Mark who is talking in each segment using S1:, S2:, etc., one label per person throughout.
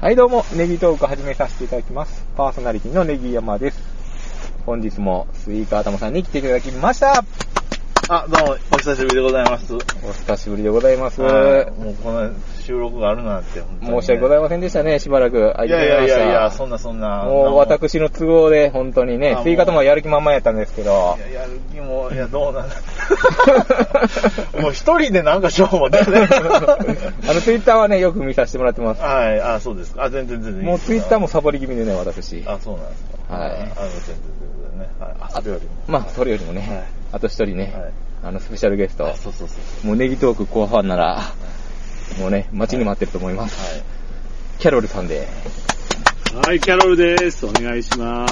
S1: はい、どうも、ネギトーク始めさせていただきます。パーソナリティのネギ山です。本日もスイカ頭さんに来ていただきました。
S2: あ、どうも、お久しぶりでございます。
S1: お久しぶりでございます。
S2: はいもうこの収録があるなんて、本当にね
S1: 申し訳ございませんでしたね、しばらく空
S2: い
S1: いて
S2: やい
S1: しま
S2: や
S1: いま
S2: い
S1: した。
S2: やいや、そんなそんな。
S1: もう私の都合で本当に
S2: あ
S1: ね
S2: も、う
S1: スイカ頭はやる気満々やったんですけど
S2: い、や、やる気も、いや、どうなんだ。もう一人でなんかしようもね。
S1: あのツイッターはね、よく見させてもらってます。
S2: はい、あ、そうですか。あ、全然全然いい
S1: もう
S2: です
S1: ツイッターもサボり気味でね、私。
S2: あ、そうなんですか。
S1: はい
S2: あの、全然全然ね。はい、あ、それよりも。
S1: まあ、それよりもね、
S2: はい
S1: あと一人ね、
S2: はい
S1: あの、スペシャルゲスト
S2: あ、そうそうそう。
S1: もうネギトーク後半なら、もうね、待ちに待ってると思います。
S2: はい。
S1: キャロルさんで。
S3: はい、キャロルです。お願いしま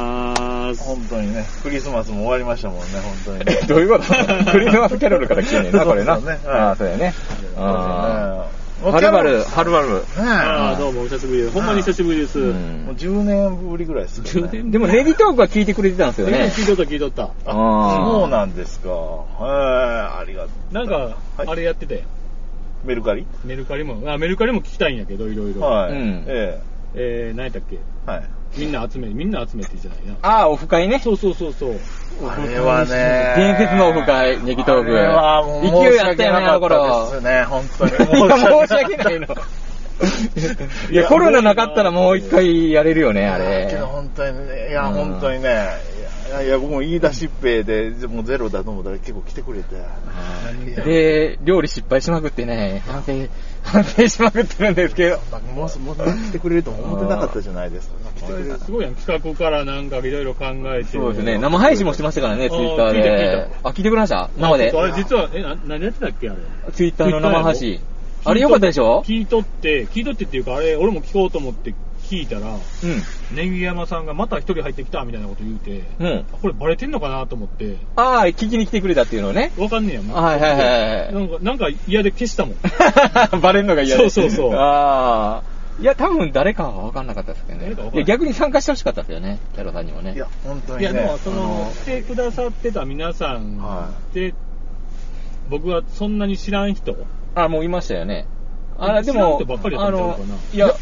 S3: す。
S2: 本当にね、クリスマスも終わりましたもんね、本当にね。
S1: どういう ことクリスマスキャロルから来てんねんな、これな。
S2: そうそうねはい
S1: ああ、そうやね。あ
S2: うん
S1: あ。
S2: も
S1: は
S2: うキ
S1: る
S2: ャ
S1: ば
S2: ロル
S1: る、はるばる。
S3: あ
S2: ね
S3: あ、どうもお久しぶりです。ほんまに久しぶりです。
S1: う
S2: えもうん10年ぶりぐらいですよね
S3: 10年
S1: でもネギトークは聞いてくれてたんですよね。
S3: 聞いとった聞いとった。
S2: あ
S1: あー
S2: そうなんですか。はい、ありがとう。
S3: なんか、
S2: はい
S3: あれやってて、
S2: メルカリ
S3: メルカリも、あメルカリも聞きたいんやけど、いろいろ。
S2: はい。
S1: うん
S2: え
S3: えー、何やったっけ
S2: えはい。
S3: みんな集め、みんな集めっていいじゃないな。
S1: ああ、オフ会ね。
S3: そうそうそうそう。
S2: あれはね。
S1: 伝説のオフ会ネギトーク
S2: あれはもう
S1: 勢いあったよね
S2: 申し訳なかったですね、
S1: い
S2: 本当に。
S1: や申し訳 ないの。いや、コロナなかったらもう一回やれるよね、あ
S2: け
S1: れ。
S2: ど本当にね、いや、
S1: うん
S2: 本当にね。いや、いや僕も言い出しっぺで、もうゼロだと思ったら結構来てくれて。いや
S1: で、料理失敗しまくってね、反省、反省しまくってるんですけど。
S2: なんかもうす、もう来てくれると思ってなかったじゃないですか。来てくれる。
S3: すごいやん。企画からなんかいろいろ考えて。
S1: そうですね。生配信もしてましたからね、
S3: あ
S1: ツ
S3: ー
S1: イッター
S3: 聞
S1: で
S3: いた聞い。
S1: あ、聞いてくれました生で
S3: そう。あれ実は、え、な何やってたっけあれ。
S1: ツイッターの生配信。あれ
S3: 聞い
S1: よ
S3: と
S1: かったでしょ
S3: 聞いとって、聞いとってっていうか、あれ、俺も聞こうと思って聞いたら、
S1: う
S3: ネギ山さんがまた一人入ってきたみたいなこと言うて、
S1: ん。うん。
S3: これバレてんのかなと思って、
S1: ああ、聞きに来てくれたっていうのをね。
S3: わかんねえやん。
S1: はいはいはい
S3: なんか、なんか嫌で消したもん。
S1: はい。 バレんのが嫌で
S3: そうそうそう
S1: ああ。いや、多分誰かは分かんなかったですけどね
S3: 誰か分。か
S1: い
S3: んな
S1: や、
S3: い
S1: 逆に参加してほしかったですよね。キャロさんにもね。
S2: いや、本当に
S3: い
S2: ね。
S3: や、でも、そ
S2: あ
S3: の、来てくださってた皆さん
S2: は
S3: で、僕はそんなに知らん人。
S1: あ、もういましたよね。あ、で
S3: 知らん
S1: も
S3: 人ばっかり、や
S1: あ
S3: ったんちゃう
S1: の
S3: かな、
S1: いや、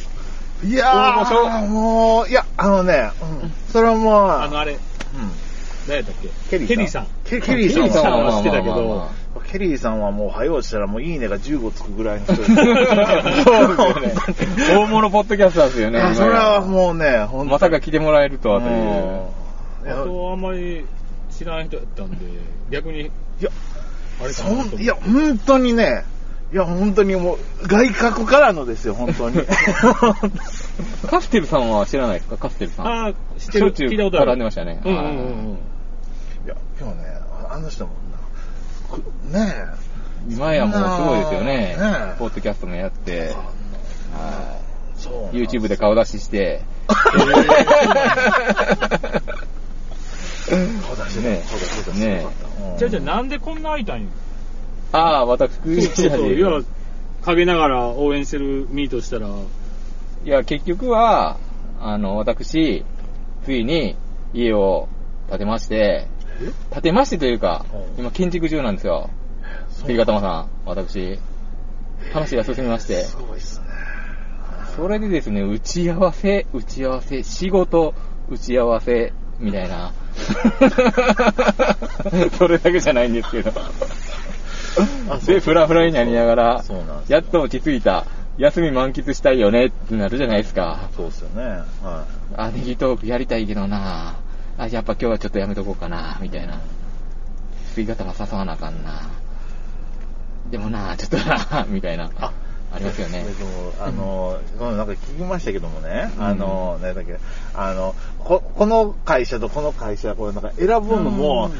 S2: いやー、もう、いや、あのね、うんそれはもう、
S3: あの、あれ、誰やったっけ
S2: ケリーさん。
S3: さん。
S2: ケケリーさん
S3: ケリーさん
S2: は
S3: は知ってたけど
S1: まあまあまあまあ
S2: ケリーさんはもう早うしたらもういいねが15つくぐらいの人です
S1: そうですよね。大物ポッドキャスターですよね。
S2: いやそれはもうね、
S1: う
S2: ほん
S1: まさか来てもらえるとはという。
S2: うんい
S3: あ
S2: や
S3: と、あんまり知らん人やったんで、逆に、
S2: いや、
S3: あれか
S2: そ
S3: なと思っ
S2: ん
S3: て
S2: いや、本当にね、いや、本当にもう、外角からのですよ、本 当に。
S1: カステルさんは知らないですかカステルさん。
S3: ああ、知って
S1: しょ
S3: る。
S1: っちゅう
S3: 聞いたことある。
S1: 絡んでましたね
S3: うんうんうんうん。
S2: いや、今日ね、あの人もな、くね
S1: 今やもうすごいですよね
S2: ね。
S1: ポッドキャストもやって、は
S2: え、そうなん
S1: い YouTube で
S2: か。
S1: 顔出し して。
S2: 顔出して
S1: ね
S2: ね、顔出してた
S1: ね
S2: すごかったうん
S3: じゃあじゃあなんでこんな会いたいん
S1: ああ、私、
S3: そうそうそう。
S1: い
S3: いや
S1: や、
S3: 陰ながら応援してるミートしたら、
S1: いや、結局は、あの、私、ついに家を建てまして、建てましてというか
S2: う、ん
S1: 今建築中なんですよ。
S2: そう
S1: 杉玉さん、私、話が進みまして。
S2: すごいっすね。
S1: それでですね、打ち合わせ、打ち合わせ、仕事、打ち合わせ、みたい な。それだけじゃないんですけど。で、フラフラになりながら
S2: そうなん、ですよ
S1: やっと落ち着いた。休み満喫したいよねってなるじゃないですか。
S2: そうっすよね。は
S1: あ、ネギトークやりたいけどなあ、やっぱ今日はちょっとやめとこうかな、みたいな。次方も誘わなあかんな。でもなあ、ちょっとなあ、 みたいな。あ
S2: あ、
S1: りますよ
S2: い。
S1: ね。
S2: でもあの、うんなんか聞きましたけどもね、
S1: うん
S2: あの、ね、だけどあの、こ、この会社とこの会社、こうなんか選ぶのも、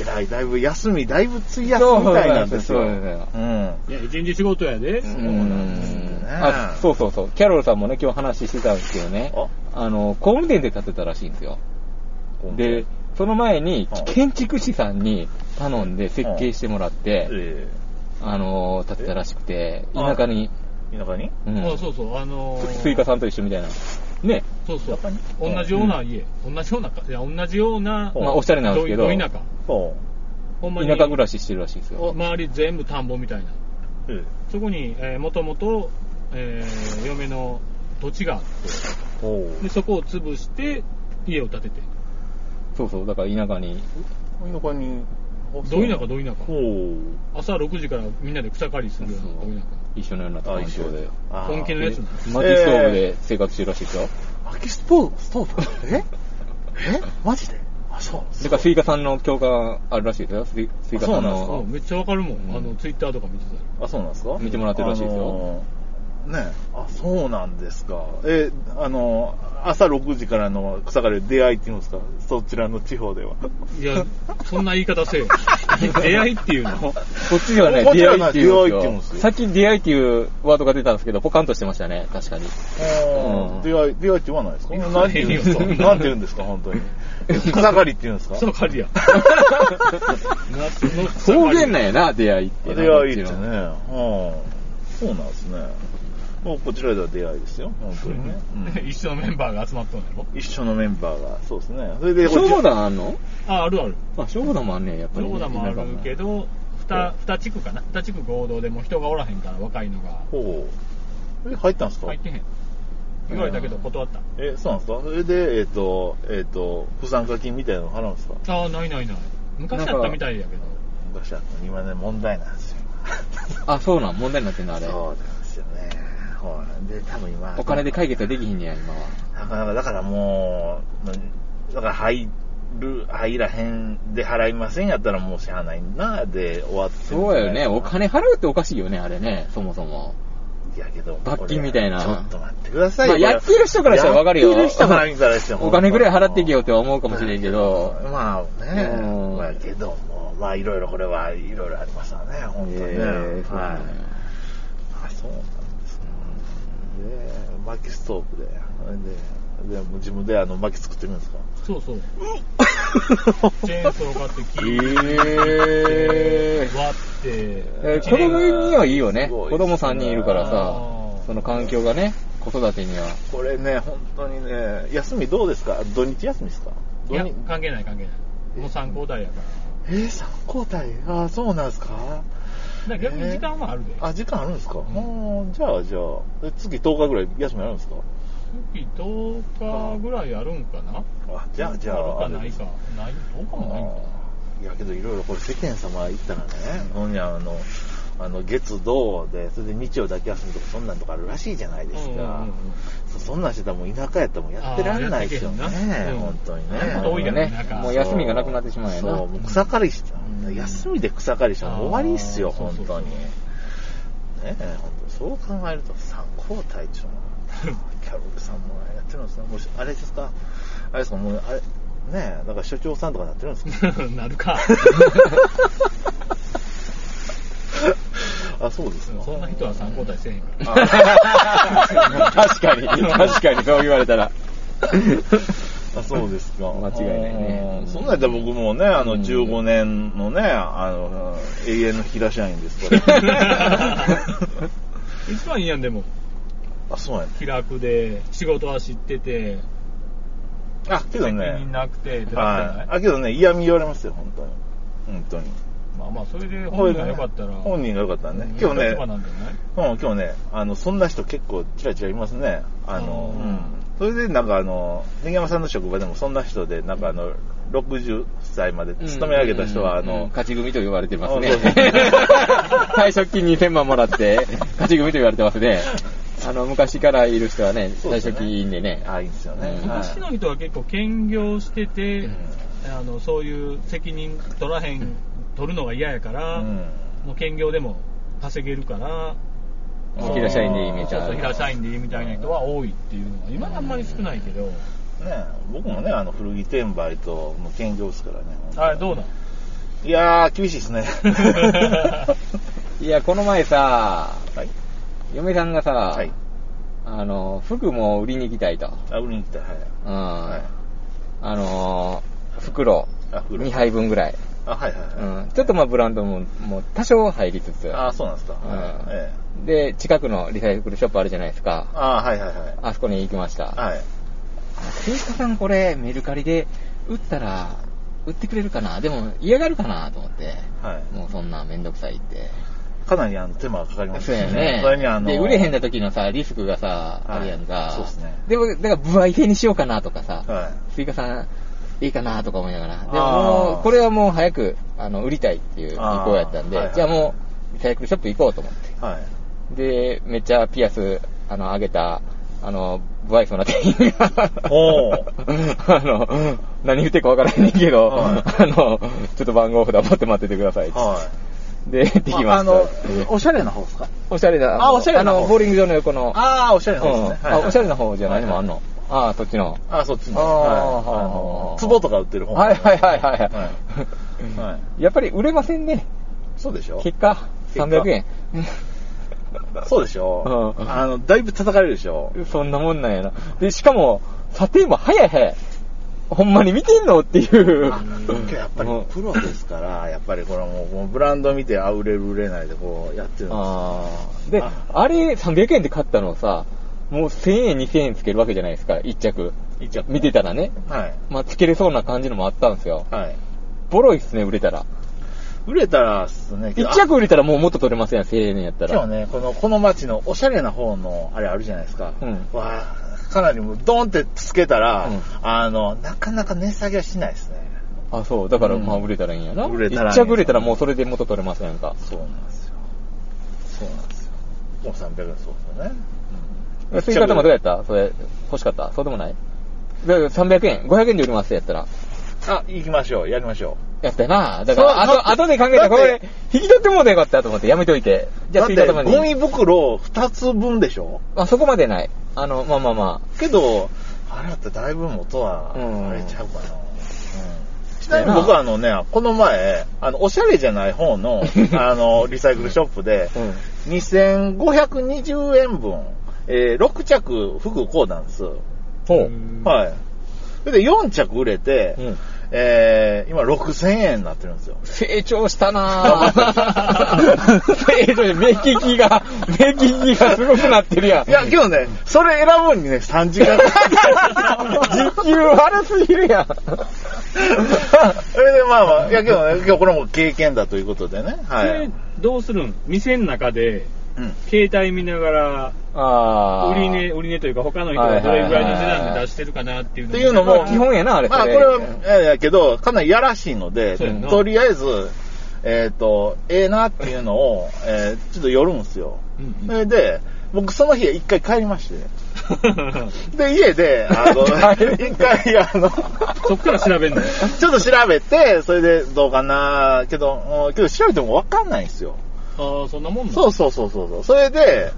S2: えらい、だいぶ休み、だいぶ費やすみたいなんですよ。
S1: そうなんですよ
S2: うん。
S3: いや、一日仕事やで。
S2: そうなんですよね
S1: あそうそうそう。キャロルさんもね、今日話してたんですけどね
S2: あ。
S1: あの、工務店で建てたらしいんですよ。で、その前に
S2: うん、
S1: 建築士さんに頼んで設計してもらって、
S2: え
S1: あの、建てたらしくて、
S2: えあ
S1: 田舎に、
S2: え、田舎に
S1: うん
S3: あそうそう、あのー
S1: スイカさんと一緒みたいな。ね。
S3: そうそう
S2: やっ。ぱり
S3: 同じような家。同じようなか。いや、同じような。
S1: まあおしゃれなんですけど
S3: ど田舎。
S2: ほ
S3: ほんまに。
S1: 田舎暮らししてるらしいです
S3: お
S1: よ。
S3: 周り全部田んぼみたいな。
S2: う。ええ
S3: そこに、えーもともと、えー嫁の土地があっ
S2: おう
S3: て、でそこを潰して、家を建てて。
S1: そうそう、だから田舎に。
S2: 田舎に。あ
S3: どいなかどいなか。
S2: そう
S3: 朝6時からみんなで草刈りするようなどいなか。
S1: 一緒のような
S2: ほう。
S1: 環境で。
S2: あ
S3: 本気の
S1: で
S3: や
S1: 薪
S3: つ
S1: ス
S3: なんです
S1: トーブで生活してるらしいですよ。
S2: 薪ストーブ、ストーブ。ええマジであ、そう。
S1: だからスイカさんの教科があるらしいですよ。スイスイカさん
S2: あそう
S3: そう
S1: の。
S3: めっちゃわかるもん。
S1: うん
S3: あの、ツイッターとか見てたら。
S2: あ、そうなんですか
S1: 見てもらってるらしいですよ
S2: あのーねえあ、そうなんですか。え、あのー、朝6時からの草刈りの出会いって言うんですかそちらの地方では。
S3: いや、そんな言い方せえ よ。出会いっていうの
S1: こっちではね、
S2: こっち
S1: 出
S2: は
S1: 会い
S2: ね
S1: ってい
S2: 出会いって言
S1: うんん
S2: う
S1: で
S2: で
S1: すす
S2: よ
S1: よ。さっき出会いっていうワードが出たんですけど、ポカンとしてましたね、確かに。
S2: あー出会い、出会いって言わないですか
S3: 言わ
S2: 何
S3: ない
S2: て
S3: よ
S2: 言うんですか何て言うんですか本当に。草刈りって言うんですか
S3: その狩りや。なその草刈り
S1: 方言なんやな、出会いって。
S2: 出会いってね。
S1: なんかっ
S2: うんそうなんですね。もうこちらでは出会いですよ。本当にね。うん
S3: 一緒のメンバーが集まったんやろ
S2: 一緒のメンバーが。そうですね。それ
S1: ていうの。
S2: で、
S1: 消防団あんの
S3: あ、あるある。
S1: あ、消防団もあんねや、やっぱり
S3: ど
S1: ね。
S3: こだもあるけど、二二地区かな二地区合同でもう人がおらへんから若いのが
S2: ほう。え、入ったんですか
S3: 入ってへん。言われたけど断った。
S2: え、そうなんですかそれで、えっ、と、えっ、と、不参加金みたいなの払うんですか
S3: ああ、ないないない。昔だったみたいやけど。
S2: 昔は、今ね、問題なんですよ。
S1: あ、そうなん、問題になってんの、あれ。
S2: そうなんですよね。ほうで、多分今。
S1: お金で解決はできひんねや、今は。
S2: なかなか、だからもう、だから入る、入らへんで払いませんやったらもうしゃあないな、で終わってるんじ
S1: そ
S2: ゃ
S1: う
S2: ない
S1: やよね。お金払うっておかしいよね、あれね、そもそも。
S2: いやけど、
S1: 罰金みたいな
S2: ちょっと待ってください
S1: まあやってる人からしたらわかるよ
S2: やってる人から見たらですよ
S1: お金ぐらい払ってけよって思うかもしれんけど。
S2: まあね、
S1: うん
S2: まあけども、まあいろいろこれはいろいろありますわね、本当にね。
S1: えーそう
S2: は
S1: なんや
S2: い。あ、そうなんですね。で、薪ストーブで、で、でもう自分であの薪作ってるんですか
S3: そうそう。チェーンソー買って切り、
S1: えー
S3: 割って、
S1: えー
S3: 一
S1: 子
S3: 年
S1: 供にはいいよね。
S2: すごい
S1: 子
S2: ですね
S1: 供3人いるから
S3: あ
S1: さ
S3: ー、
S1: その環境がね、子育てに は。
S2: これね、本当にね、休みどうですか土日休みですか
S3: い
S2: 土
S3: や
S2: 日、
S3: 関係ない関係ない。もう参考代やから。
S2: えー、三交代あー、そうなんですか
S3: だから逆に時間はあるで。
S2: あ、時間あるんですか、うん、じゃあ、じゃあ、え次10日ぐらい休みあるんですか
S3: 月10日ぐらいあるんかな
S2: あ、じゃあ、じゃあ。
S3: あるかないか。ない、10日もないんか
S2: いやけどいろいろこれ世間様行ったらね、ほんにあの、あの月、土で、それで日曜だけ休みとか、そんなんとかあるらしいじゃないですか。
S3: うんうんうんうん
S2: そそんなんしてたらもう田舎やったらもうやってらんないですよね
S3: あーやってけへんなう、ん
S2: 本当にね。
S3: なんか多いよね
S1: ね
S3: なんか
S1: もう休みがなくなってしまうよ
S2: そう、もう
S1: な。
S2: 草刈りして、休みで草刈りしたら終わりっすよ、
S3: あー
S2: 本当に。
S3: そう
S2: ねえ、本当そう考えると、三交代長キャロルさんもやってるんですかもうしあれですかあれですかもう、あれ、ねえ、だから所長さんとかなってるんですか
S3: な。な るか。
S2: あ、そうですか。
S3: そんな人は参考代せえへんから。
S1: 確かに、確かに、そう言われたら。
S2: あ、そうですか。
S1: 間違いないね
S2: うんそんなんやったら僕もね、あの、
S1: うん
S2: 15年のね、あの、永遠の平社員です から。
S3: 一番いいやん、でも。
S2: あ、そうやね。
S3: 気楽で、仕事は知ってて、
S2: あ、けど
S3: 責
S2: ね
S3: 任、なくて、ってなって
S2: はい。
S3: ない
S2: あ、けどね、嫌味言われますよ、本当に。本当に。
S3: まあまあ、それで本人が良かったら。
S2: 本人が良かったらね。
S3: 今
S2: 今
S3: 日
S2: 日ね
S3: ね。、なんじゃない
S2: うん、今日ね、あの、そんな人結構ちらちらいますね。あの、
S3: うん
S2: うんそれでなんかあの、根山さんの職場でもそんな人で、なんかあの、60歳まで勤め上げた人は、あ
S1: うん
S2: の、
S1: 勝ち組と言われてますね
S2: あそうそう。
S1: 退職金2000万もらって、勝ち組と言われてますね。あの、昔からいる人はね、
S2: そうで
S1: 退
S2: すね
S1: 職金いいんでね。
S2: あ、いいんですよね。
S1: うん
S2: はい
S3: 昔の人は結構兼業してて、あの、そういう責任取らへん、取るのが嫌やから、
S2: うん
S3: もう兼業でも稼げるから、
S1: 好きな社員でいいみたいな
S3: そうそう平社員でいいみたいな人は多いっていうのは、今はあんまり少ないけど、
S2: ね僕もね、あの、古着転売と、もう兼業ですからね。
S3: あれどうなん
S2: いやー、厳しいです ね。
S1: いや、この前さ、
S2: はい。
S1: 嫁さんがさ、
S2: はい。
S1: あの、服も売りに行きたいと。
S2: あ、売りに来た。はい。
S1: うん。
S2: はい
S1: あのー、袋
S2: あ袋
S1: 2杯分ぐらい。
S2: あ、はいはいうはい。
S1: ん。ちょっとまあブランドももう多少入りつつ。
S2: あ、そうなんですか。
S1: うん
S2: はいええ
S1: で、近くのリサイクルショップあるじゃないですか。
S2: あ、はいはいはい。
S1: あそこに行きました。
S2: はい。
S1: スイカさんこれメルカリで売ったら売ってくれるかなでも嫌がるかなと思って。
S2: はい。
S1: もうそんなめんどくさいって。
S2: かなりあの手間がかかります
S1: そうやね。
S2: それにあの、
S1: で、売れへんだ時のさ、リスクがさ、
S2: は
S1: あ
S2: い
S1: るやんか。
S2: そうっすね
S1: でも、だから、分合い制にしようかなとかさ、
S2: は
S1: スイカさん、いいかなとか思いながら。でも
S2: あー
S1: もう、これはもう早く、あの、売りたいっていう意
S2: あー
S1: 向やったんで、
S2: はいはい
S1: じゃあもう、サイクルショップ行こうと思っ
S2: い。はい。
S1: て。で、めっちゃピアス、あの、上げた、あの、不愛想な店員が。
S2: おー
S1: あの、何言ってるかわからないけど、
S2: はい
S1: あの、ちょっと番号札持って待っててくださいっつって。
S2: は
S1: で、できま
S2: い。
S1: した。
S2: あの、おしゃれな方ですか
S1: おしゃれだ。
S2: あおしゃれな
S1: あ
S2: 方
S1: の、ボーリング場の横の。
S2: ああ、おしゃれ
S1: う、
S2: なん方ですね。
S1: あ、おしゃれな方じゃない
S2: は
S1: の
S2: は
S1: もあんの。ああ、そっちの。
S2: あ、そっちの。
S1: あー
S2: はい
S1: はあ
S2: あの
S1: はあ
S2: 壺とか売ってる方。
S1: はいはいはいはい。
S2: はいは
S1: やっぱり売れませんね。
S2: そうでしょ
S1: 結果、
S2: 結果
S1: 300円。
S2: そうでしょ
S1: うん
S2: あの、だいぶ叩かれるでしょ
S1: そんなもんなんやな。で、しかも、査定も早い早い。ほんまに見てんのっていう
S2: あ。けどやっぱり
S1: うん
S2: プロですから、やっぱりこれはもうもうブランド見て、あ、売れる売れないでこうやってるんですよ。
S1: あーで、
S2: あ
S1: あれ300円で買ったのをさ、もう1000円、2000円つけるわけじゃないですか、1着。
S2: 一着
S1: 見てたらね。
S2: はい。
S1: まあ、つけれそうな感じのもあったんですよ。
S2: はい。
S1: ボロいっすね、売れたら。
S2: 売れたらっすね。けど
S1: 1着売れたらもう元取れませんやん、1000円やったら。
S2: 今日ね、この、この街のおしゃれな方の、あれあるじゃないですか。
S1: うん
S2: わあかなりもう、ドンってつけたら、
S1: うん
S2: あの、なかなか値下げはしないですね。
S1: あ、そう。だから、
S2: うん
S1: まあ、売れたらいいんやな。
S2: 売れたらい
S1: 一
S2: い
S1: 着売れたらもうそれで元取れますやんか。
S2: そうなんですよ。そうなんですよ。もう300円そうですよね。
S1: スイカ玉どうやったそれ、欲しかったそうでもないだから300円、500円で売りますやったら。
S2: あ、行きましょう。やりましょ
S1: やったよな。だから、あ
S2: そうだ
S1: と、
S2: って
S1: 後で考えたら、こ
S2: だっ
S1: れ
S2: て、
S1: 引き取ってもうたらよかったと思って、やめといて。
S2: う。
S1: じゃあ、
S2: だ
S1: ス
S2: っ
S1: イカ
S2: て、
S1: 玉に。
S2: ゴミ袋2つ分でしょ
S1: あ、そこまでない。あの、まあまあま
S2: けど、あれだってだいぶ元は、
S1: うん
S2: あれちゃうかな。うんち
S1: そう
S2: な
S1: や
S2: み
S1: な、
S2: に僕はあのね、この前、あの、おしゃれじゃない方の あの、リサイクルショップで、2520円分、えー6着服こうなんです。
S1: あ。ほう。
S2: はい。それで4着売れて、
S1: うん
S2: えー今6000円になってるんですよ。
S1: 成長したなぁ。成長目利きが、目利きがすごくなってるやん。
S2: いや、けどね、それ選ぶのにね、3時 間かかって。
S1: 時給悪すぎる やん。
S2: それでまあまあ、いやけどね、今日これも経験だということでね。は
S4: そ
S2: い
S4: れ。、どうするん店の中で、
S2: うん
S4: 携帯見ながら、
S1: あー
S4: 売り値、売り値というか、他の人がどれぐらいの値段で出してるかなっていう
S2: っ
S4: の
S2: ていうの
S1: ま
S2: も、
S1: あ基本やなあれ
S2: まあ、
S1: そ
S2: こ
S1: れ
S2: れは、ええやけど、かなりやらしいので、
S4: そうやな
S2: とりあえず、えっ、と、ええなっていうのを、えーちょっと寄るんですよ。
S4: うんうん
S2: それで、僕その日は一回帰りまして。
S4: そ
S2: で、家で、あ の、
S1: 帰る
S2: 一回、あの、
S4: っから調べんのよ
S2: ちょっと調べて、それでどうかなけど、うんけど調べてもわかんないんですよ。
S4: ああ、そんなもんなの
S2: そうそうそうそうそう。それで、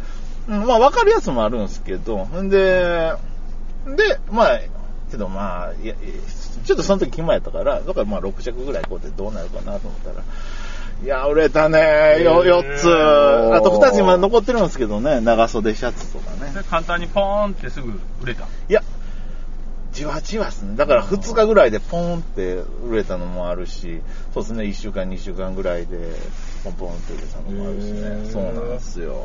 S2: うんまあ、わかるやつもあるんですけど、んで、で、まあ、けどまあ、いやいやちょっとその時暇やったから、だからまあ6着ぐらいこうってどうなるかなと思ったら、いや、売れたね、よ、
S4: へー
S2: 4つ。あと2つ今残ってるんですけどね、長袖シャツとかね。
S3: 簡単にポーンってすぐ売れた。
S2: いや、じわじわですね。だから2日ぐらいでポンって売れたのもあるし、そうですね、1週間、2週間ぐらいでポンポンって売れたのもあるし
S4: へー
S2: ね。そうなんですよ。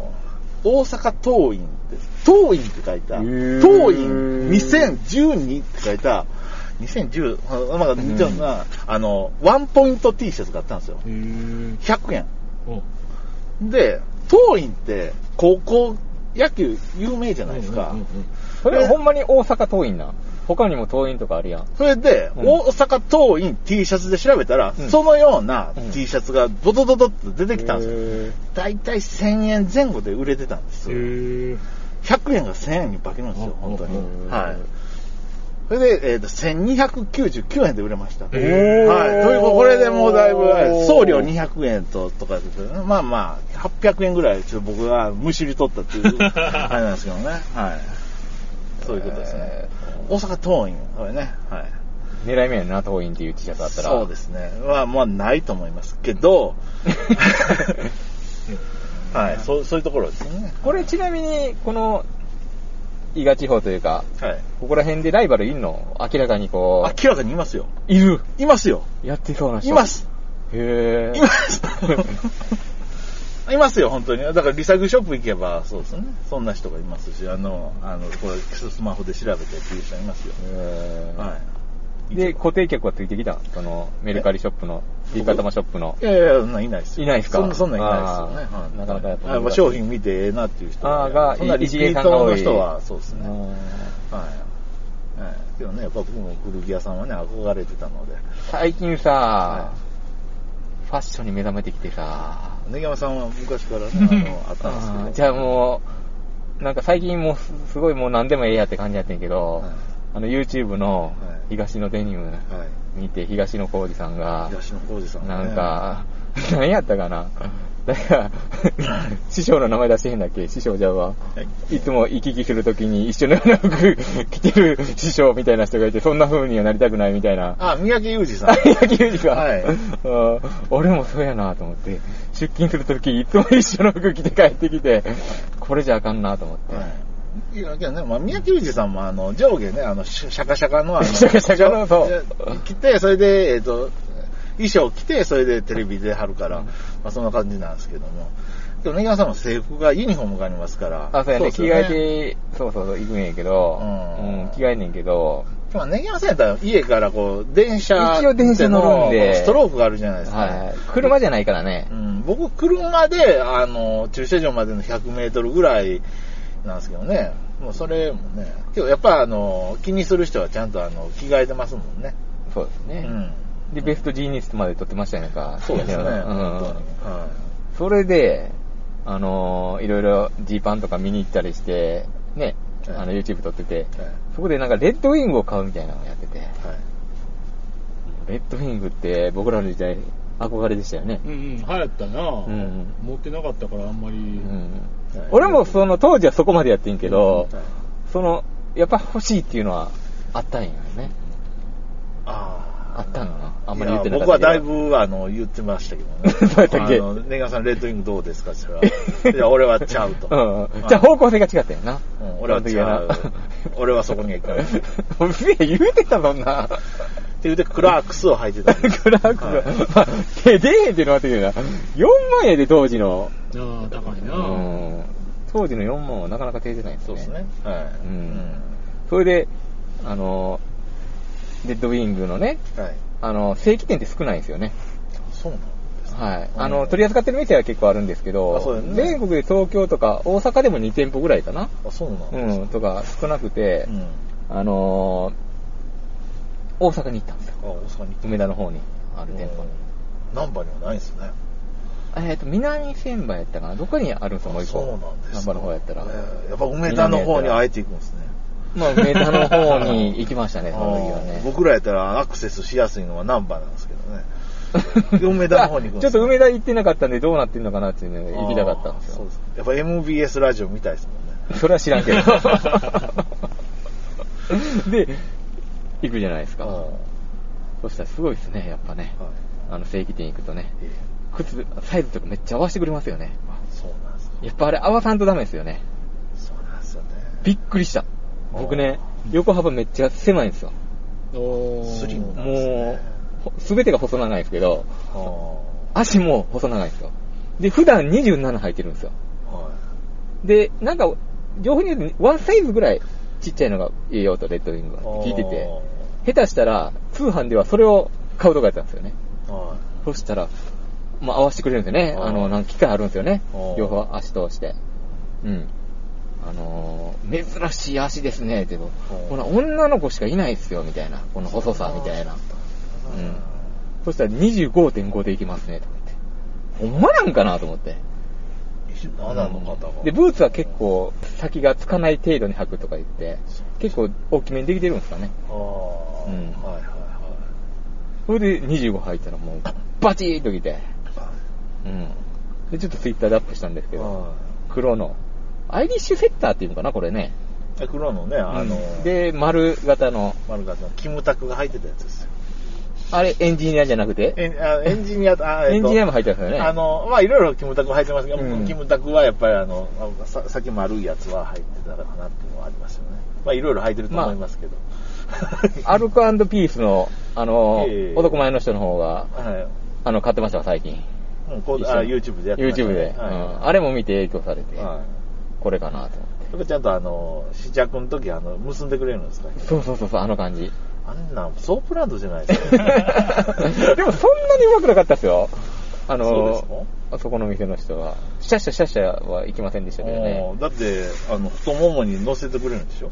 S2: 大阪桐蔭です。桐蔭って書いた。
S1: へ
S2: 桐
S1: ー
S2: 蔭2012って書いた、2010、あまだ、じゃあなあの、ワンポイント T シャツがあったんですよ。
S4: へー
S2: 100円。
S4: お
S2: で、桐蔭って高校野球有名じゃないですか。
S4: うんうんうんうん
S1: それほんまに大阪桐蔭な。他にも桐蔭とかあるやん。
S2: それで、
S1: うん
S2: 大阪桐蔭 T シャツで調べたら、
S1: うん
S2: そのような
S1: うん
S2: T シャツがドドドドって出てきたんですよ。
S1: へ
S2: だいたい1000円前後で売れてたんです
S4: へ
S2: よ。
S4: ー
S2: 100円が1000円に化けるんですよ、
S4: うん
S2: 本当
S4: うん
S2: に。はい。それで、えっ、と、1299円で売れました。はい。と
S4: へー
S2: いうことこれでもうだいぶ、はい送料200円と、とかですけど、まあまあ、800円ぐらい、ちょっと僕がむしり取ったっていう、あれなんですけどね。はい。そういうことですね
S1: へ。
S2: 大阪桐蔭、これね。はい。
S1: 狙い目やな、桐蔭っていう T シャツあったら。
S2: そうですね。まあ、まあ、ないと思いますけ ど、はい、そう、そういうところですね。
S1: これちなみに、この、伊賀地方というか、
S2: はい。
S1: ここら辺でライバルいんの明らかにこ
S2: 明らかにいますよ。
S1: う、いる。
S2: いますよ。
S1: やってそうな人。
S2: いま。す。
S1: へぇ
S2: います。いますよ、本当に。だから、リサイクルショップ行けば、そうですね。そんな人がいますし、あの、あの、これ、スマホで調べてっていう人いますよ。
S1: へー
S2: はい。
S1: で、固定客はついてきたその、メルカリショップの、ビーカタマショップの
S2: い。やいや、そんなんいないですよ。
S1: いないですか
S2: そんそんなんいないですよね。
S1: あー
S2: はい
S1: なかなかやっぱ
S2: あぱ商品見てええなっていう人は
S1: あーが
S2: そんなリピートの人は、そうですね。はい。はい。でもね、やっぱ僕も古着屋さんはね、憧れてたので。
S1: 最近さ、
S2: は
S1: ファッションに目覚めてきてさ、
S2: 根山さんは昔からね、 あの、あったんですけ
S1: あ
S2: ど。
S1: ーじゃあもう、なんか最近もうすすごいもう何でもええやって感じやってんけど、
S2: はい
S1: あの YouTube の
S2: はい
S1: 東のデニム
S2: はい。
S1: 見て東野浩二さんが、
S2: 東野浩二さんね
S1: なんか、 何やったかな誰 か、師匠の名前出してへんだっけ師匠じゃうわ。
S2: はい
S1: いつも行き来するときに一緒のような服着てる師匠みたいな人がいて、そんな風にはなりたくないみたいな。
S2: あ、三宅裕二 さん。
S1: 野球児が、
S2: はい
S1: うん俺もそうやなと思って、出勤するとき、いつも一緒の服着て帰ってきて、これじゃあかんなと思って。
S2: はい。いや、けどね、まあ、三宅裕二さんも、あの、上下ね、あの、シャシャカシャカの、あ の、
S1: シャカシャカのそう
S2: 上着て、それで、えっ、と、衣装着て、それでテレビで貼るから、まあ、そんな感じなんですけども。でも、根川さんも制服が、ユニフォームがありますから。
S1: あ、そうやね、
S2: です
S1: 着
S2: よ
S1: 替えて、そうそうそう、行くんやけど、
S2: うん
S1: うん着替えんねんけど、
S2: まあ、根際さんやったら、家からこう、電車、
S1: 一応電車乗るんで
S2: ストロークがあるじゃないですか。
S1: はい。車じゃないからね
S2: う。ん、僕、車で、あの、駐車場までの100メートルぐらいなんですけどね。もうそれもね。けどやっぱ、あの、気にする人はちゃんと、あの、着替えてますもんね。
S1: そうです
S2: う
S1: ね。
S2: ん。
S1: で、ベストジーニストまで撮ってましたやんか。
S2: そうですね。
S1: うん
S2: 本当には
S1: それで、あのーいろいろジーパンとか見に行ったりして、ね、あの
S2: はい
S1: YouTube 撮ってて、
S2: い。はい。
S1: そこでなんかレッドウィングを買うみたいなのをやってて、
S2: はい
S1: レッドウィングって僕らの時代憧れでしたよね。
S4: うんうん、流行ったな、
S1: ん
S4: 持ってなかったからあんまり。
S1: うん
S2: はい
S1: 俺もその当時はそこまでやってんけど、
S2: はい
S1: その、やっぱ欲しいっていうのはあったんやね。
S2: あー
S1: あったのかなあんまり言ってなか
S2: や
S1: った
S2: 僕はだ
S1: け
S2: い
S1: ど
S2: ぶ、あの、言ってましたけど ね。
S1: そうやったっけ
S2: あの、ネガさん、レッドウィングどうですかって言ったら、いや、俺はちゃうと。
S1: うん。じゃあ方向性が違ったよな。
S2: うん俺は違
S1: その
S2: う
S1: 時な
S2: 俺はそこには行かない。
S1: うっせえ、言うてたもんな。
S2: って言うて、クラークスを履いてたんで す。
S1: クラークが、まあ、手でえってのあったけどな。4万円で当時の。
S4: ああ、高いうな、
S1: ん。当時の4万はなかなか手出ないですね。
S2: そうですね。はい。
S1: うんそれで、あの、レッドウィングのね、
S2: うんはい。
S1: あの、正規店って少ないんですよね。
S2: そうなんですね
S1: はい。
S2: うん
S1: あの、取り扱ってる店は結構あるんですけ
S2: あそ
S1: ど、
S2: うだよね
S1: 全国で東京とか大阪でも2店舗ぐらいかな。
S2: あ、そうなんです
S1: うん、とか少なくて、
S2: うん。あ、
S1: あのー大阪に行ったんですよ。
S2: 大阪に行
S1: 梅田の方にある店舗。
S2: ナンバーにはないんですね。
S1: えっ、と、南千葉やったかなどこにあるんですか、もう一個。
S2: そうなんですね。
S1: 難波の方やったら。
S2: えーやっぱ梅田の方にあえて行くんですね。
S1: まあ、梅田の方に行きま したね、その時は
S2: あー
S1: ね。
S2: 僕らやったらアクセスしやすいのはナンバーなんですけどね。梅田の方に行く ん
S1: ち
S2: ですね
S1: ょっと梅田行ってなかったんで、どうなってんのかなっていうのが行きたかったんです
S2: あーそう
S1: よ
S2: で。すやっぱ MBS ラジオみたいですもんね。
S1: それは知らん けど。で、行くじゃないですか。そしたらすごいですね、やっぱね。
S2: はい
S1: あの、正規店行くとね。
S2: ええ
S1: 靴、サイズとかめっちゃ合わせてくれますよね。
S2: あそうなんですか。
S1: やっぱあれ合わさんとダメですよね。
S2: そうなんですよね。
S1: びっくりした。僕ね、横幅めっちゃ狭いんですよ。
S4: おー
S2: スリムな
S1: もう、すべてが細長いんですけど、
S2: あー
S1: 足も細長いんですよ。で、普段27履いてるんですよ。
S2: は
S1: で、なんか、情報によると、ワンサイズぐらいちっちゃいのがいいよと、レッドウィングは聞いてて、下手したら、通販ではそれを買うとかやったんですよね。
S2: い。は
S1: そしたら、まあ、合わせてくれるんですよね。
S2: あー
S1: あの、なんか機械あるんですよね
S2: あ。ー
S1: 両方足通して。うん。あのー珍しい足ですね、けど
S2: あー、
S1: この女の子しかいないですよ、みたいな。この細さ、みたいな。
S2: い。
S1: うん。そしたら25.5でいきますね、とか言って。ほんまなんかなと思って。
S2: 27の方が。
S1: で、ブーツは結構先がつかない程度に履くとか言って、結構大きめにできてるんですかね。
S2: ああ、
S1: うん
S2: はいはいは
S1: それで25履いたらもう、バチーンときて。うん。で、ちょっとツイッターでアップしたんです
S2: い。
S1: けど、
S2: は
S1: 黒の、アイリッシュセッターっていうのかな、これね。
S2: い。黒のね、あの、
S1: うんで、丸型の、
S2: 丸川さん、キムタクが入ってたやつですよ。
S1: あれエンジニアじゃなくて、
S2: エンあエンジニア、あ
S1: エンジニアも入
S2: 入
S1: ってますよね。
S2: あの、まあいろいろキムタク入ってますけど、
S1: うん
S2: キムタクはやっぱりあの、ささっき丸いやつは入ってたかなっていうのはありますよね。まあいろいろ入ってると思いますけど。
S1: アルコピースの、あの、
S2: ええ
S1: 男前の人の方が、
S2: はい。
S1: あの、買ってましたわ、最近。
S2: もうこう
S1: 一緒
S2: あ
S1: に
S2: YouTube でやってました
S1: YouTube
S2: ね、
S1: で。うんあ
S2: は
S1: れも見て影響され
S2: い。
S1: て、
S2: はい
S1: これかなと思って。
S2: それちゃんとあの、試着の時、あの、結んでくれるんですか
S1: そうそうそうそう、あの感じ。
S2: あんなんソープランドじゃな いですか。
S1: でもそんなにうまくなかったですよ。あ
S2: そうで
S1: の
S2: すか、
S1: あそこの店の人は。シャッシャシャッシャは行きませんでしたけどね
S2: も。うだって、あの、太ももに乗せてくれるんでしょ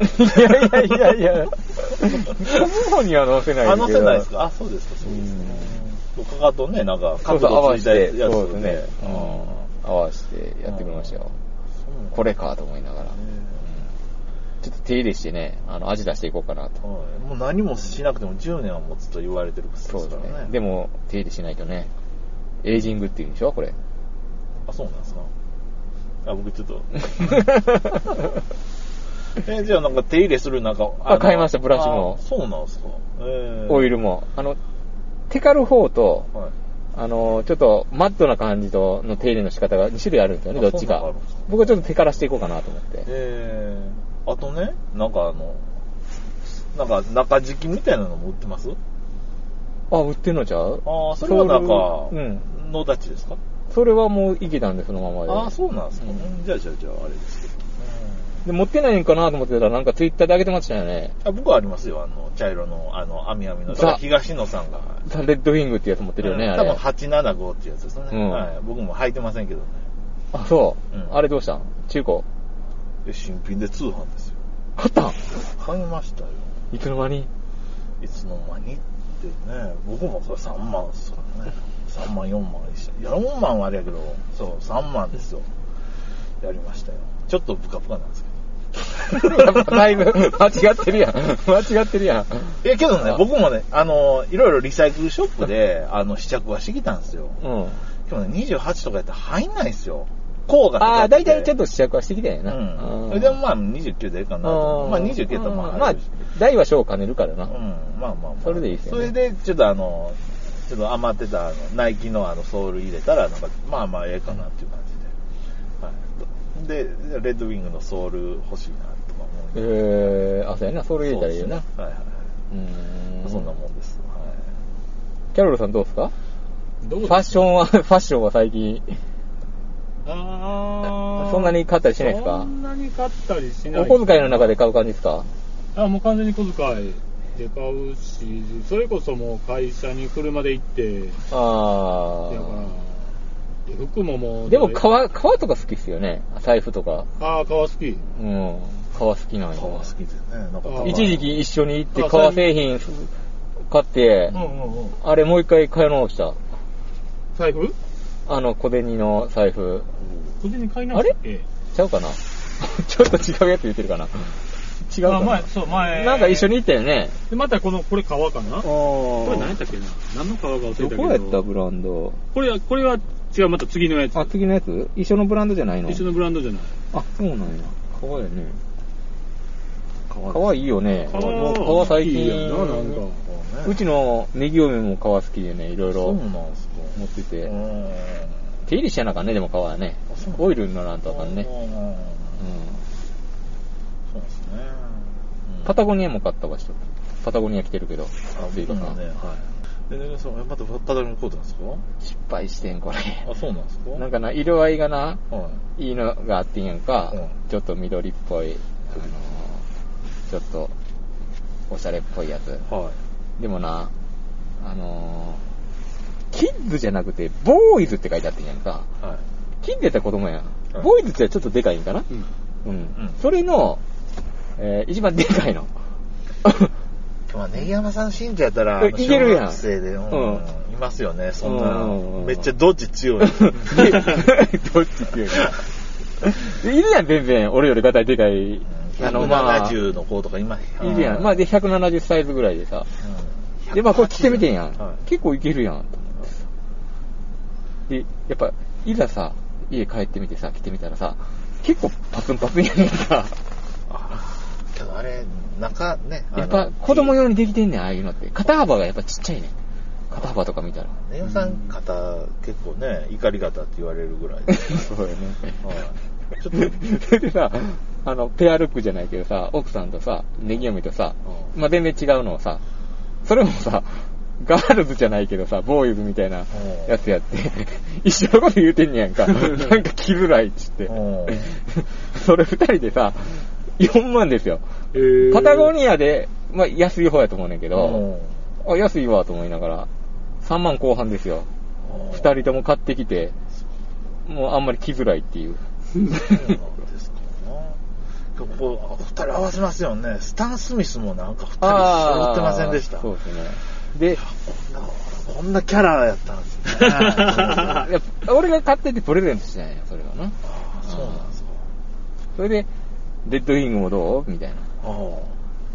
S1: いやいやいやいや。太ももには乗せない
S2: あ、乗せないです
S1: か
S2: かあ、そうですか、そうですね。かかとね、なんか、
S1: そう
S2: 角
S1: そう、合
S2: 度
S1: わ
S2: つい
S1: せ
S2: たや
S1: て
S2: つ、
S1: そう
S2: を
S1: ですね。うん合わせてやってくれましたよ。これかと思いながら。うんちょっと手入れしてね、あの、味出していこうかなと。
S2: はいもう何もしなくても10年は持つと言われてる靴で
S1: そう
S2: す
S1: で
S2: か
S1: す
S2: らね。
S1: ね。でも、手入れしないとね、エイジングっていうんでしょこ れ。
S2: あ、そうなんですか。あ、僕ちょっと。 え、じゃあなんか手入れするなんか。
S1: あ
S2: の
S1: 買いましたブラシも
S2: あそうなんですか。えー
S1: オイルも。あの、テカる方と、
S2: はい。
S1: あの、ちょっとマットな感じとの手入れの仕方が2種類あるんですよね、ど
S2: あ
S1: っち
S2: そんなのあ
S1: か
S2: るんですか。
S1: 僕はちょっと手からしていこうかなと思って。
S2: えー、あとね、なんかあの、なんか中敷きみたいなのも売ってます
S1: あ、売ってんのちゃう
S2: ああ、それはなんか、
S1: それうん
S2: 野立ちですか
S1: それはもういけたんで、そのままで。
S2: ああ、そうなんですか。
S1: う
S2: うんじゃあじゃあじゃあ、あれですけど。
S1: で、持ってないんかなと思ってたら、なんかツイッターで上げてましたよね。
S2: あ僕はありますよ、あの、茶色の、あの、網網の、
S1: ザ
S2: 東野さんが。
S1: ザ・レッドウィングってやつ持ってるよね、
S2: うん
S1: あ
S2: 多分
S1: れ。
S2: 875ってやつですね、
S1: うん
S2: はい。僕も履いてませんけどね。
S1: あ、そう、
S2: うん
S1: あれどうしたん中古
S2: え新品で通販ですよ。
S1: 買ったん
S2: 買いましたよ。
S1: いつの間に
S2: いつの間にってね、僕もこれ3万ですからね。3万、4万でした。4万はあれやけど、そう、3万ですよ。やりましたよ。ちょっとプカプカなんですけど。
S1: やっぱ だ いぶ間違ってるやん。間違ってるやん。
S2: いや、けどね
S1: あ、
S2: 僕もね、あの、いろいろリサイクルショップで、あの、試着はしてきたんですよ。
S1: うん。
S2: でもね、28とかやったら入んないですよ。甲が。
S1: ああ、だいたいちょっ
S2: と。
S1: と試着はしてきたんや
S2: う
S1: な。
S2: ん。
S1: う
S2: それでもまあ、29でいいかなと。
S1: うん
S2: まあ、29やったらま
S1: う
S2: あ、
S1: んまあ、大は小を兼ねるから
S2: う
S1: な。
S2: ん、まあまあまあ。
S1: それでいいっすよね
S2: それで、ちょっとあの、ちょっと余ってたあのナイキのあのソール入れたら、なんか、まあまあ、ええかなっていう感じで。はい。で、レッドウィングのソール欲しいなとか思いながら
S1: えー、あ、そうやな、それ入れたらいいよな。う
S2: そうですねはいはいはい。
S1: ー
S2: そんなもんです。はい。
S1: キャロルさんどうですか
S3: どう
S1: フ
S3: で
S1: ァッ
S3: す
S1: ションは、ファ ッションは最近、
S3: あー
S1: そんなに買ったりしないですか
S3: そんなに買ったりしない。
S1: お小遣いの中で買う感じですか
S3: あもう完全に小遣いで買うし、それこそもう会社に車で行って、だ
S1: あ
S3: から、で服もも
S1: あ。
S3: う、
S1: でも革、革とか好きっすよね。財布とか。
S3: ああ、革好き。
S1: うん。革好きなんや。
S2: 革好きでね、なんか
S3: あー
S1: 一時期一緒に行って革製品買って
S3: うん、うんうん。
S1: あれもう一回買い直した。
S3: 財布
S1: あの小銭の財布。
S3: 小銭買い直したっけ
S1: ちゃうかな ちょっと違うやつ言ってるかな違うかな
S3: あ前そう前
S1: なんか一緒に行ったよね。
S3: で、またこの、これ革かなこ
S1: こ
S4: れ何やったっけな何の皮が忘れたけど。
S1: どこやったブランド。
S4: これは、これは違う、また次のやつ。
S1: あ、次のやつ一緒のブランドじゃないの
S4: 一緒のブランドじゃない。
S1: あ、そうなんや。かわいいね。
S2: か
S1: かわいいよね。
S4: 皮
S1: もう革最
S4: いいや
S1: 近。
S4: んな、なんか。
S1: うちのネギ嫁も革好きでね、いろい
S2: そ
S1: ろ
S2: うなんですか。
S1: 持ってて。
S2: うん
S1: 手入れしやなあかんね、でも革はね
S2: あそう。
S1: オイルにならんとあかんね。
S2: うん
S1: うん。
S2: そうですね。うん
S1: パタゴニアも買ったわ、一つ。パタゴニア来てるけど。
S2: あ、
S1: スイカさ
S2: ね。
S1: ん。
S2: はい。え、でそうえまたパタゴニアのコートなんですか
S1: 失敗してん、これ。
S2: あ、そうなんですか
S1: なんかな、色合いがな、
S2: はい
S1: いのがあってんやんか、
S2: うん
S1: ちょっと緑っぽい、あのーちょっと、おしゃれっぽいやつ。
S2: い。は
S1: でもな、あのーキッズじゃなくて、ボーイズって書いてあってんやんか。
S2: い。はい。
S1: キッズやったら子供やん。
S2: うん
S1: ボーイズってちょっとでかいんかな、
S4: うん。
S1: うん、
S2: ん
S1: それの、えー一番でかいの。
S2: まあ、ネギ山さん信者やったら、あの
S1: いけるやん
S2: 小学生で、うん
S1: うん
S2: いますよね、そん
S1: うん
S2: な。めっちゃドッジ強い。
S1: で どっち強いか。いるやん、全然。俺よりガタイでかい。あの、まあ、い
S2: 70の子とかいます
S1: るやん。まあ、で、170サイズぐらいでさ。で、まあ、これ着てみてんやん。
S2: はい
S1: 結構いけるやん。と思ってさで、やっぱ、いざさ、家帰ってみてさ、着てみたらさ、結構パツンパツンやねんか。
S2: けどあれ、中ね、あの
S1: やっぱ、子供用にできてんねん、ああいうのって。肩幅がやっぱちっちゃいねん。肩幅とか見たら。
S2: ネギ山さん肩、結構ね、怒り方って言われるぐらいで。
S1: そうやね。
S2: はいちょっと、
S1: それでさ、あの、ペアルックじゃないけどさ、奥さんとさ、ネギ嫁とさ、
S2: う
S1: まあ、全然違うのをさ、それもさ、ガールズじゃないけどさ、ボーイズみたいなやつやって、一緒のこと言うてんねやんか。なんか着づらいっつって
S2: うん。
S1: それ二人でさ、4万ですよ。
S4: えー
S1: パタゴニアでまあ、安い方やと思うねんけど、
S2: うん
S1: あ、安いわと思いながら、3万後半ですよ。2人とも買ってきて、もうあんまり着づらいって いう。
S2: そうなんですかな。こう、二人合わせますよね。スタン・スミスもなんか二人揃ってませんでした。
S1: そう
S2: こ
S1: ですね。で、
S2: んなこんなキャラやったんですね。
S1: いや俺が買っててプレゼントしてないよ、それはな。
S2: あそうなんですか。
S1: それで、デッドウィングもどうみたいな。
S2: ああ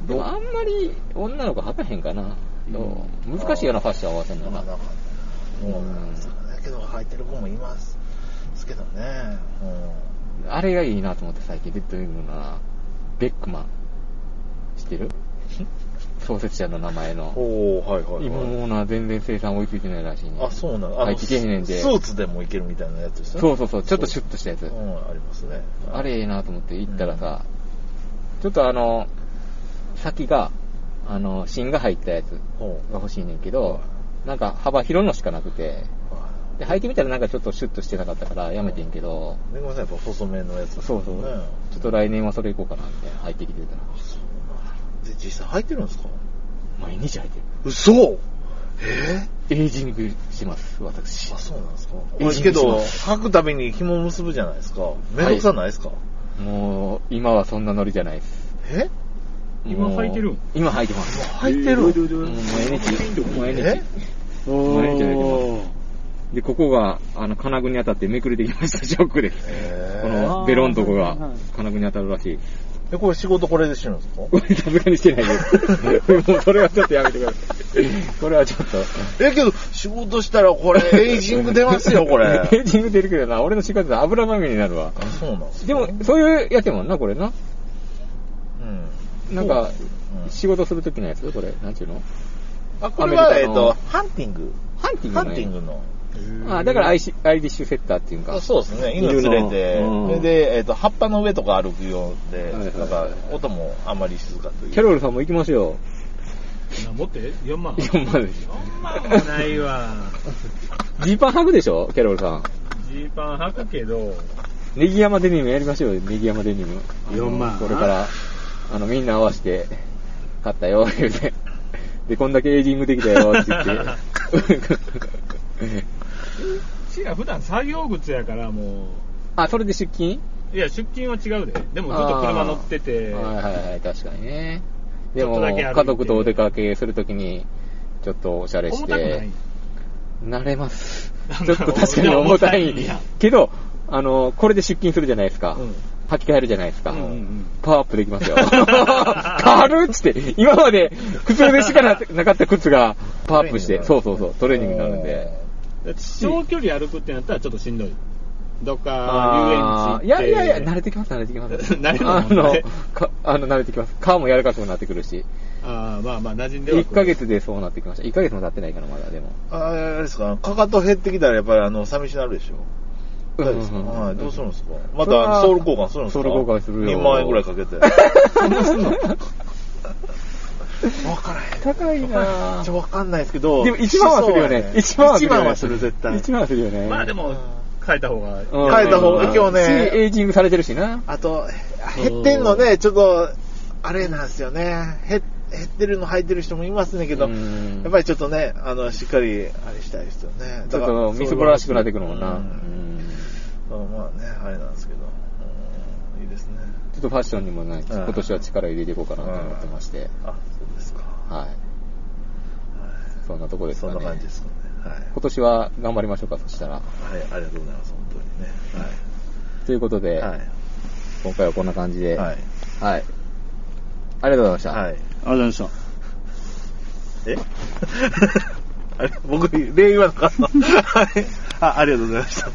S1: でもあんまり女の子はたへんかな。どう難しいよな、ファッション合わせるのが
S2: まあ。なんか、もうなんですかね。けど、履いてる子もいます。ですけどね。う
S1: あれがいいなと思って最近、デッドウィングのな、ベックマン。知って る創設者の名前
S2: ん、
S1: の。
S2: おおはいはい、はい。
S1: 今もうな、全然生産追いついてないらしいね。
S2: あ、そうなの。あ
S1: はい、
S2: の、
S1: 聞
S2: ス
S1: けへんねんで。
S2: スーツでもいけるみたいなやつですね。
S1: そうそうそう、ちょっとシュッとしたやつ
S2: う。ん、ありますね。
S1: あれええなと思って行ったらさ、ちょっとあの、先が、あの、芯が入ったやつ
S2: ほう
S1: が欲しいねんけど、なんか幅広いのしかなくて、
S2: は
S1: で、履いてみたらなんかちょっとシュッとしてなかったからやめてんけど、
S2: い。で、ごめんなさい、やっぱ細めのやつ、
S1: そうそう、
S2: ね
S1: ちょっと来年はそれ行こうかな、みたいな、履いてきてたら。
S2: で、実際入ってるんですか
S1: 毎日履いてる。
S2: 嘘え
S1: エイジングします、私
S2: ー、あ、。そうなんですか
S1: いい
S2: あけ
S1: いい
S2: ど、
S1: いい
S2: 履くたびに紐結ぶじゃないですか。めんどくさないですか、
S1: もう、今はそんなノリじゃないです。
S2: え
S3: 今
S1: もう
S3: 履いてるん
S1: 今履いてます。
S2: 履いてる
S4: えー
S1: もう毎日、毎
S2: え
S1: 日。毎日履いてで、ここが、あの、金具に当たってめくれてきました。ショックです。
S2: え
S1: こ
S2: ー、
S1: のベロンとこ
S4: あーはい
S1: が
S4: はい
S1: 金具に当たるらしい。
S2: え、これ仕事これでしてるんですか
S1: これさすがにしてないです。 もうそれはちょっとやめてください。これはちょっと。
S2: え、けど、仕事したら これ、エイジング出ますよ、こ
S1: エ
S2: れ。
S1: イジング出るけどな、俺の仕方で油まみれになるわ。
S2: あ、そうなんですか
S1: でも、そういうやつやもんな、これな。
S2: うん。
S1: なんか
S2: う、ん
S1: 仕事するときのやつこれ、なんちゅうの
S2: あ、これは、えっ
S1: アメリカの
S2: と、ハンティング。
S1: ハンティング
S2: ハ
S1: の
S2: ン
S1: ね
S2: ティングの。
S1: あ、だからアイシアイリッシュセッターっていうか。
S2: そうですね。犬
S1: 犬
S2: 連
S1: の
S2: れて、
S1: うん
S2: それで、えっ、と、葉っぱの上とか歩くようで、
S1: はいはいはい
S2: なんか、音もあまり静かという。
S1: キャロルさんも行きましょ
S3: な持って4万
S1: う。4万ですよ。
S3: 4万はないわ
S1: ジーパン履くでしょキャロルさん。
S3: ジーパン履くけど
S1: ネギ山デニムやりましょうよ、ネギ山デニム。
S4: 4万
S1: あのこれから、あの、みんな合わせて、買ったよ、言うて。で、こんだけエイジングできたよ、って言 って。
S3: 違う普段作業靴やからも
S1: あ、それで出勤
S3: ういや出勤は違うででもずっと車乗ってて
S1: あーはいはいはい、確かにね。で
S3: ちょ
S1: も、
S3: っとだけ歩いて
S1: 家族とお出かけするときに、ちょっとおしゃれし
S3: 重たくな
S1: て
S3: い、
S1: 慣れます
S3: な。ん
S1: ちょ
S3: だ
S1: っと確かに重たい
S3: 重たいんや。
S1: けど、あの、これで出勤するじゃないですか。
S3: うん
S1: 履き替えるじゃないですか。
S3: うんうんうん
S1: パワーアップできますよ。 軽っつって、今まで苦痛でしかななかった靴がパワーアップして、
S2: ト
S1: そう
S2: レーニングになる
S1: そうそう、トレーニングになるんで。
S3: 長距離歩くってなったらちょっとしんどいどっ
S1: あ
S3: か
S1: ーい
S3: 遊園
S1: や
S3: 地
S1: いやいや、慣
S3: な
S1: れてきます、慣れてきます。
S3: 慣れるも
S1: あ
S3: ん
S1: の
S3: ね、
S1: かあの、慣れてきます。皮も柔らかくなってくるし。
S3: あーまあまあ馴染んでは
S1: 1
S3: くる
S1: ヶ月でそうなってきました。1ヶ月も経ってないかな、まだ、でも。
S2: ああれですか、かかと減ってきたらやっぱりあの、寂しなるでしょ
S1: うんう
S2: 大
S1: ん
S2: 丈夫ですかはい、どうするんですかま
S1: それは
S2: た、ソウル交換するんです
S1: ソ
S2: か
S1: ウル交換するよ
S2: 2万円ぐらいかけ て。わからへん。
S1: 高いな
S2: ち
S1: ぁ
S2: ょ、わかんないですけど。
S1: でも1万はするよね。1万はする
S2: 1
S1: よね。
S2: 万はする、絶対。
S1: 1万はするよね。
S3: まあでも変えた方が
S1: うん、
S2: 変えた方が今日ね
S1: しエイジングされてるしな。
S2: あと、減ってんのね、ちょっと、あれなんですよね。減減ってるの入ってる人もいますねんけど、
S1: う
S2: や
S1: ん
S2: っぱりちょっとね、あの、しっかり、あれしたいですよね。
S1: ちょっ
S2: だから
S1: と、みすぼらしくなってくるもんな。
S2: う
S1: うん
S2: だからまあね、あれなんですけど、うんいいですね。
S1: ちょっとファッションにもね、
S2: うん
S1: 今年は力入れていこうかなと思ってまして。
S2: あ、そうですか。
S1: はい。そんなとこです
S2: そ
S1: か
S2: ん
S1: ね。
S2: な感じですかね。はい。
S1: 今年は頑張りましょうか、そしたら。
S2: はい、ありがとうございます、本当にね。
S1: ということで、
S2: はい。
S1: 今回はこんな感じで。
S2: はい。は
S1: はいい。。ありがとうございました。
S2: はい。
S4: ありがとうございました。
S2: え あれ僕、礼言わなかった。はい。あ、ありがとうございました。